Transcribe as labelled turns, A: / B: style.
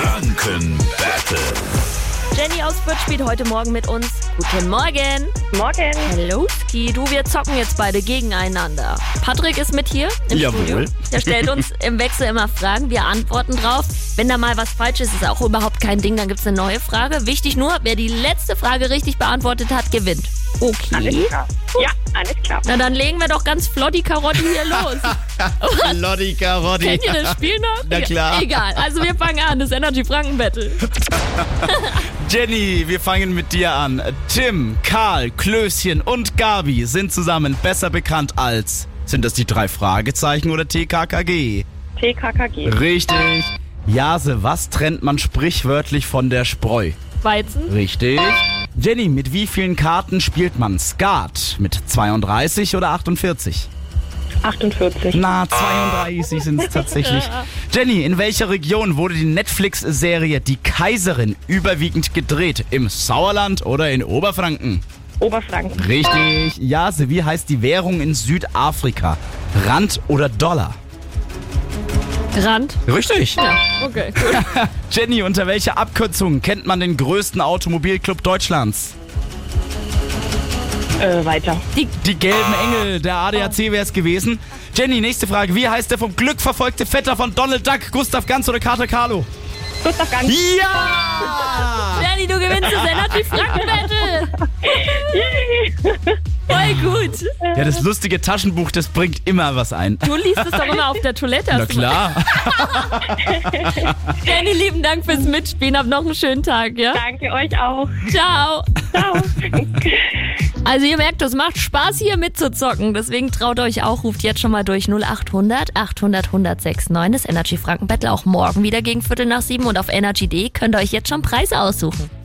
A: Franken Battle.
B: Jenny aus Fürth spielt heute Morgen mit uns. Guten Morgen.
C: Morgen.
B: Hallo, Ski. Du, wir zocken jetzt beide gegeneinander. Patrick ist mit hier im
A: Jawohl.
B: Studio. Der stellt uns im Wechsel immer Fragen. Wir antworten drauf. Wenn da mal was falsch ist, ist auch überhaupt kein Ding. Dann gibt es eine neue Frage. Wichtig nur, wer die letzte Frage richtig beantwortet hat, gewinnt. Okay.
C: Alles klar. Ja, alles klar.
B: Na, dann legen wir doch ganz flott die Karotten hier los.
A: Lotti Karotti.
B: Kennt ihr das Spiel noch?
A: Na klar.
B: Egal. Also wir fangen an. Das Energy Franken Battle.
D: Jenny, wir fangen mit dir an. Tim, Karl, Klößchen und Gabi sind zusammen besser bekannt als. Sind das die drei Fragezeichen oder TKKG?
C: TKKG.
D: Richtig. Jase, was trennt man sprichwörtlich von der Spreu?
B: Weizen.
D: Richtig. Jenny, mit wie vielen Karten spielt man Skat? Mit 32 oder 48?
C: 48.
D: Na, 32 sind es tatsächlich. Jenny, in welcher Region wurde die Netflix-Serie Die Kaiserin überwiegend gedreht? Im Sauerland oder in Oberfranken?
C: Oberfranken.
D: Richtig. Jase, wie heißt die Währung in Südafrika? Rand oder Dollar?
B: Rand.
D: Richtig.
B: Ja, okay, gut.
D: Jenny, unter welcher Abkürzung kennt man den größten Automobilclub Deutschlands?
C: Äh, weiter.
D: Die gelben Engel, der ADAC wäre es gewesen. Jenny, nächste Frage. Wie heißt der vom Glück verfolgte Vetter von Donald Duck, Gustav Ganz oder Kater Carlo?
C: Gustav Gang.
D: Ja!
B: Jenny, du gewinnst das Energy Franken Battle. Voll gut.
D: Ja, das lustige Taschenbuch, das bringt immer was ein.
B: Du liest es doch immer auf der Toilette.
D: Na klar.
B: Jenny, lieben Dank fürs Mitspielen. Hab noch einen schönen Tag, ja?
C: Danke euch auch.
B: Ciao.
C: Ciao.
B: Also ihr merkt, es macht Spaß hier mitzuzocken. Deswegen traut euch auch, ruft jetzt schon mal durch 0800 800 1069. Das Energy Franken Battle auch morgen wieder gegen Viertel nach sieben. Und auf energy.de könnt ihr euch jetzt schon Preise aussuchen.